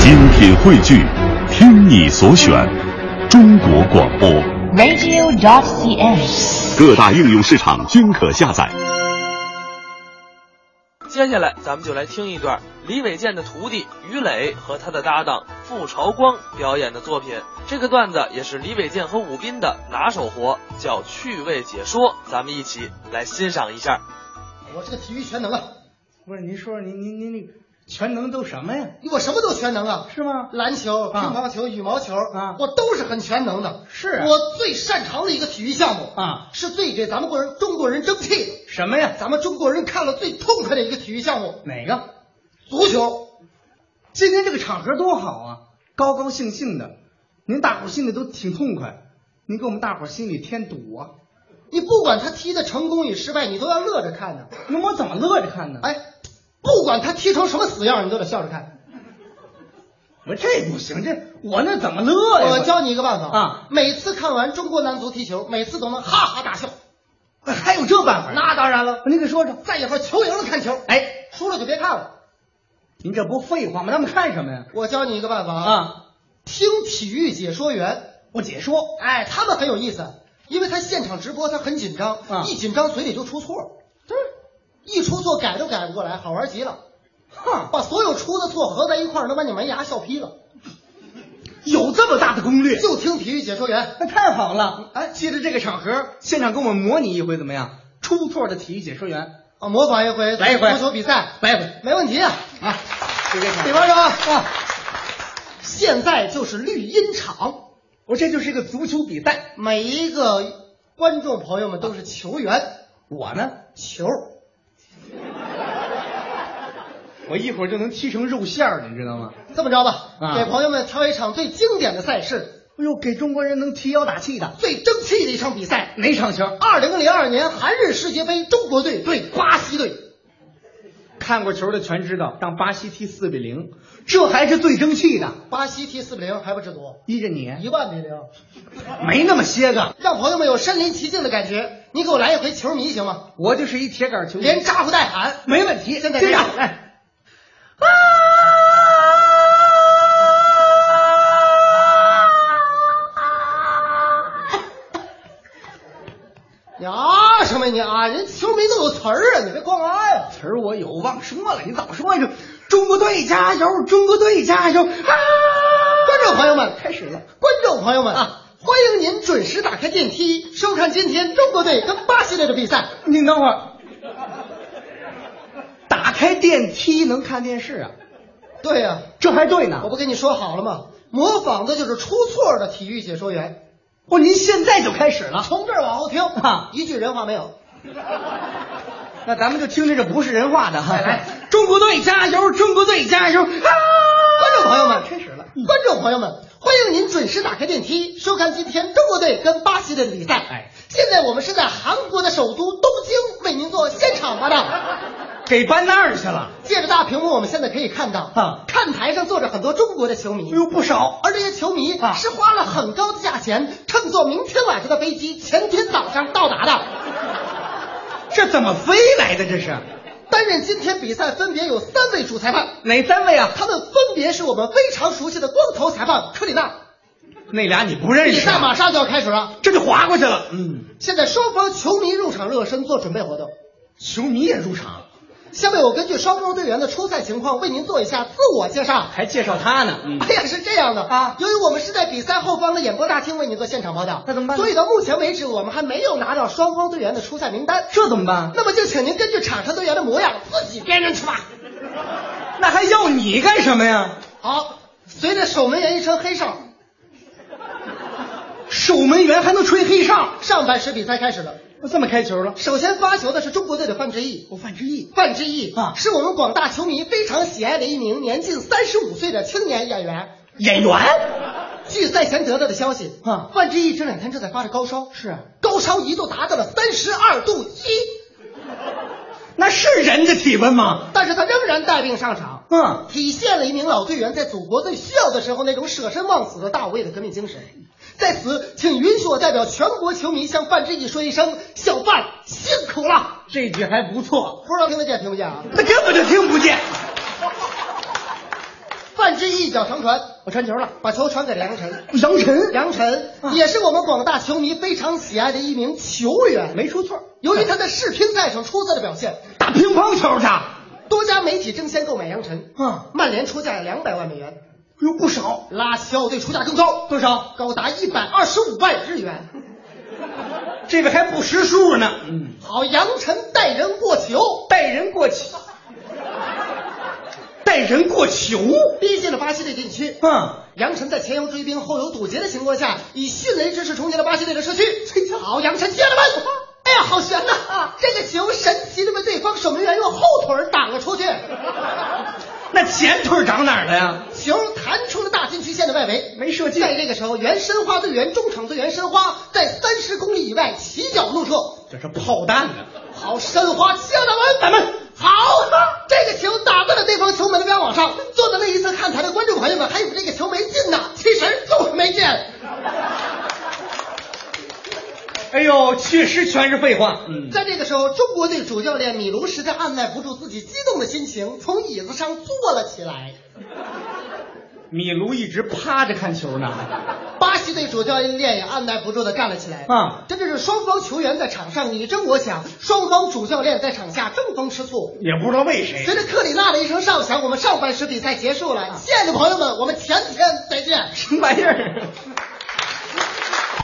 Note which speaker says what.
Speaker 1: 精品汇聚，听你所选，中国广播。
Speaker 2: radio.cn。
Speaker 1: 各大应用市场均可下载。
Speaker 3: 接下来，咱们就来听一段李伟健的徒弟于磊和他的搭档付朝光表演的作品。这个段子也是李伟健和武斌的拿手活，叫趣味解说。咱们一起来欣赏一下。
Speaker 4: 我这个体育全能啊，
Speaker 5: 不是，您说说您您您那个全能都什么呀？
Speaker 4: 我什么都全能啊，
Speaker 5: 是吗？
Speaker 4: 篮球、乒
Speaker 5: 啊
Speaker 4: 乓球、羽毛球
Speaker 5: 啊
Speaker 4: 我都是很全能的。
Speaker 5: 是啊
Speaker 4: 我最擅长的一个体育项目
Speaker 5: 啊，
Speaker 4: 是最给咱们国人中国人争气的，
Speaker 5: 什么呀？
Speaker 4: 咱们中国人看了最痛快的一个体育项目
Speaker 5: 哪个？
Speaker 4: ——足球。
Speaker 5: 今天这个场合多好啊，高高兴兴的，您大伙儿心里都挺痛快，您给我们大伙儿心里添堵啊。
Speaker 4: 你不管他踢的成功与失败，你都要乐着看呢、
Speaker 5: 那我怎么乐着看呢？，
Speaker 4: 哎，不管他踢成什么死样，你都得笑着看。
Speaker 5: 我这不行，这我那怎么乐呀？
Speaker 4: 我教你一个办法
Speaker 5: 啊，
Speaker 4: 每次看完中国男足踢球，每次都能哈哈大笑。
Speaker 5: 哎还有这办法？
Speaker 4: 那当然了，
Speaker 5: 您给说说。
Speaker 4: 在一块儿球赢了看球，
Speaker 5: 哎，
Speaker 4: 输了就别看了。
Speaker 5: 您这不废话吗？他们看什么呀？
Speaker 4: 我教你一个办法
Speaker 5: 啊，
Speaker 4: 听体育解说员，
Speaker 5: 我解说。
Speaker 4: 哎，他们很有意思，因为他现场直播，他很紧张，
Speaker 5: 啊
Speaker 4: 一紧张嘴里就出错，
Speaker 5: 对，
Speaker 4: 一出错改都改不过来，好玩极了。
Speaker 5: 哼，
Speaker 4: 把所有出的错合在一块儿，能把你门牙笑劈了。
Speaker 5: 有这么大的攻略，
Speaker 4: 就听体育解说员，
Speaker 5: 那太好了。哎，借着这个场合，现场给我们模拟一回怎么样？出错的体育解说员，
Speaker 4: 啊，模仿一回
Speaker 5: 来一回
Speaker 4: 足球比赛，
Speaker 5: 来一回。
Speaker 4: 没问题啊。
Speaker 5: 啊，就这场
Speaker 4: 比方说
Speaker 5: 啊，
Speaker 4: 现在就是绿茵场，
Speaker 5: 我这就是一个足球比赛，
Speaker 4: 每一个观众朋友们都是球
Speaker 5: 啊
Speaker 4: 员，
Speaker 5: 我呢，
Speaker 4: 球
Speaker 5: 我一会儿就能踢成肉馅儿，你知道吗？
Speaker 4: 这么着吧，
Speaker 5: 啊
Speaker 4: 给朋友们挑一场最经典的赛事，
Speaker 5: 哎呦，给中国人能提腰打气的，
Speaker 4: 最争气的一场比赛。
Speaker 5: 哪场球？
Speaker 4: 二零零二年韩日世界杯，中国队对巴西队，
Speaker 5: 看过球的全知道，让巴西踢四比零，这还是最争气的。
Speaker 4: 巴西踢四比零还不知足，
Speaker 5: 依着
Speaker 4: 一
Speaker 5: 你，
Speaker 4: 万比零，
Speaker 5: 没那么些个，
Speaker 4: 让朋友们有身临其境的感觉。你给我来一回球迷行吗？
Speaker 5: 我就是一铁杆球员
Speaker 4: 连，扎呼带喊，
Speaker 5: 没问题。
Speaker 4: 现在
Speaker 5: 接着
Speaker 4: 这样
Speaker 5: 来，
Speaker 4: 你啊什么你啊？人球迷都有词儿啊，你别光啊呀！
Speaker 5: 词儿我有忘说了，你早说一句，中国队加油，中国队加油啊！
Speaker 4: 观众朋友们，
Speaker 5: 开始了，
Speaker 4: 观众朋友们
Speaker 5: 啊，
Speaker 4: 欢迎您准时打开电梯，收看今天中国队跟巴西队的比赛。
Speaker 5: 你等会儿，打开电梯能看电视啊？
Speaker 4: 对呀、
Speaker 5: 这还对呢
Speaker 4: 我。不跟你说好了吗？模仿的就是出错的体育解说员。
Speaker 5: 哦，您现在就开始了？
Speaker 4: 从这儿往后听
Speaker 5: 啊
Speaker 4: 一句人话没有。
Speaker 5: 那咱们就听听这不是人话的哈。
Speaker 4: 来来，
Speaker 5: 中国队加油！中国队加油！啊！观
Speaker 4: 观众朋友们，
Speaker 5: 开始了。
Speaker 4: 观众朋友们，欢迎您准时打开电梯，收看今天中国队跟巴西队的比赛。
Speaker 5: 哎，
Speaker 4: 现在我们是在韩国的首都东京为您做现场搭档。
Speaker 5: 给搬那儿去了？
Speaker 4: 借着大屏幕，我们现在可以看到，
Speaker 5: 啊
Speaker 4: 看台上坐着很多中国的球迷
Speaker 5: 哎。呦，不少。
Speaker 4: 而这些球迷
Speaker 5: 啊
Speaker 4: 是花了很高的价钱，乘坐明天晚上的飞机，前天早上到达的。
Speaker 5: 这怎么飞来的？这是
Speaker 4: 担任今天比赛分别有三位主裁判，
Speaker 5: 哪三位啊？
Speaker 4: 他们分别是我们非常熟悉的光头裁判克里纳，
Speaker 5: 那俩你不认
Speaker 4: 比
Speaker 5: 识、啊
Speaker 4: 赛马？上就要开始了。
Speaker 5: 这就划过去了。嗯，
Speaker 4: 现在双方球迷入场热身做准备活动。
Speaker 5: 球迷也入场了，
Speaker 4: 下面我根据双方队员的出赛情况为您做一下自我介绍。
Speaker 5: 还介绍他呢。嗯
Speaker 4: 哎呀，是这样的
Speaker 5: 啊
Speaker 4: 由于我们是在比赛后方的演播大厅为您做现场报道，
Speaker 5: 那怎么办呢
Speaker 4: 所以到目前为止，我们还没有拿到双方队员的出赛名单。
Speaker 5: 这怎么办？
Speaker 4: 那么就请您根据场上队员的模样自己辨认去吧。
Speaker 5: 那还要你干什么呀？
Speaker 4: 好，随着守门员一声黑哨，
Speaker 5: 守门员还能吹黑哨？
Speaker 4: 上半时比赛开始了。
Speaker 5: 我这么开球了？哦
Speaker 4: 首先发球的是中国队的范志毅，
Speaker 5: 我范志毅。
Speaker 4: 范志毅
Speaker 5: 啊
Speaker 4: 是我们广大球迷非常喜爱的一名年近三十五岁的青年演员。
Speaker 5: 演员？
Speaker 4: 据赛前得到的消息
Speaker 5: 啊
Speaker 4: 范志毅这两天正在发着高烧，
Speaker 5: 是啊
Speaker 4: 高烧一度达到了三十二度一，
Speaker 5: 那是人的体温吗？
Speaker 4: 但是他仍然带病上场，
Speaker 5: 嗯，
Speaker 4: 体现了一名老队员在祖国最需要的时候那种舍身忘死的大无畏的革命精神。在此，请允许我代表全国球迷向范志毅说一声：小范辛苦了！
Speaker 5: 这句还不错。
Speaker 4: 不知道听得见听不见啊？
Speaker 5: 那根本就听不见。
Speaker 4: 范志毅一脚长传，
Speaker 5: 我传球了，
Speaker 4: 把球传给梁晨。
Speaker 5: 杨晨
Speaker 4: 梁晨
Speaker 5: 啊
Speaker 4: 也是我们广大球迷非常喜爱的一名球员。
Speaker 5: 没出错，
Speaker 4: 由于他在世乒赛上出色的表现，
Speaker 5: 打乒乓球去，
Speaker 4: 多家媒体争先购哎买杨晨。
Speaker 5: 啊，
Speaker 4: 曼联出价两百万美元，
Speaker 5: 哟不少，
Speaker 4: 拉齐奥队出价更高，
Speaker 5: 多少？
Speaker 4: 高达一百二十五万日元。
Speaker 5: 这位还不识数呢，嗯，
Speaker 4: 好，杨晨带人过球，
Speaker 5: 带人过球，带人过球，
Speaker 4: 逼近了巴西队禁区。
Speaker 5: 啊，
Speaker 4: 杨晨在前有追兵、后有堵截的情况下，以迅雷之势冲进了巴西队的社区。
Speaker 5: 哎
Speaker 4: 好，杨晨接了门，哎呀，好悬呐、这个球神奇的被对方守门员用后腿挡了出去，
Speaker 5: 那前腿长哪儿了呀？
Speaker 4: 球弹出了大禁区线的外围。
Speaker 5: 没射进，
Speaker 4: 在这个时候，原申花队员中场队员申花在三十公里以外起脚怒射，
Speaker 5: 这是炮弹啊呢，
Speaker 4: 好，申花接了门，咱们好，这个球打在了对方球门的标网上。坐在那一侧看台的观众朋友们，还以为这个球没进呢，其实就是没进。
Speaker 5: 嗯哎呦，确实全是废话，嗯，
Speaker 4: 在这个时候，中国队主教练米卢实在按耐不住自己激动的心情，从椅子上坐了起来。
Speaker 5: 米卢一直趴着看球呢，
Speaker 4: 巴西队主教练也按耐不住的站了起来。
Speaker 5: 啊，
Speaker 4: 这就是双方球员在场上你争我抢，双方主教练在场下争风吃醋。
Speaker 5: 也不知道为谁
Speaker 4: 随，着克里纳的一声哨响，我们上半时比赛结束了。亲爱的朋友们，我们前天再见。
Speaker 5: 什么玩意儿？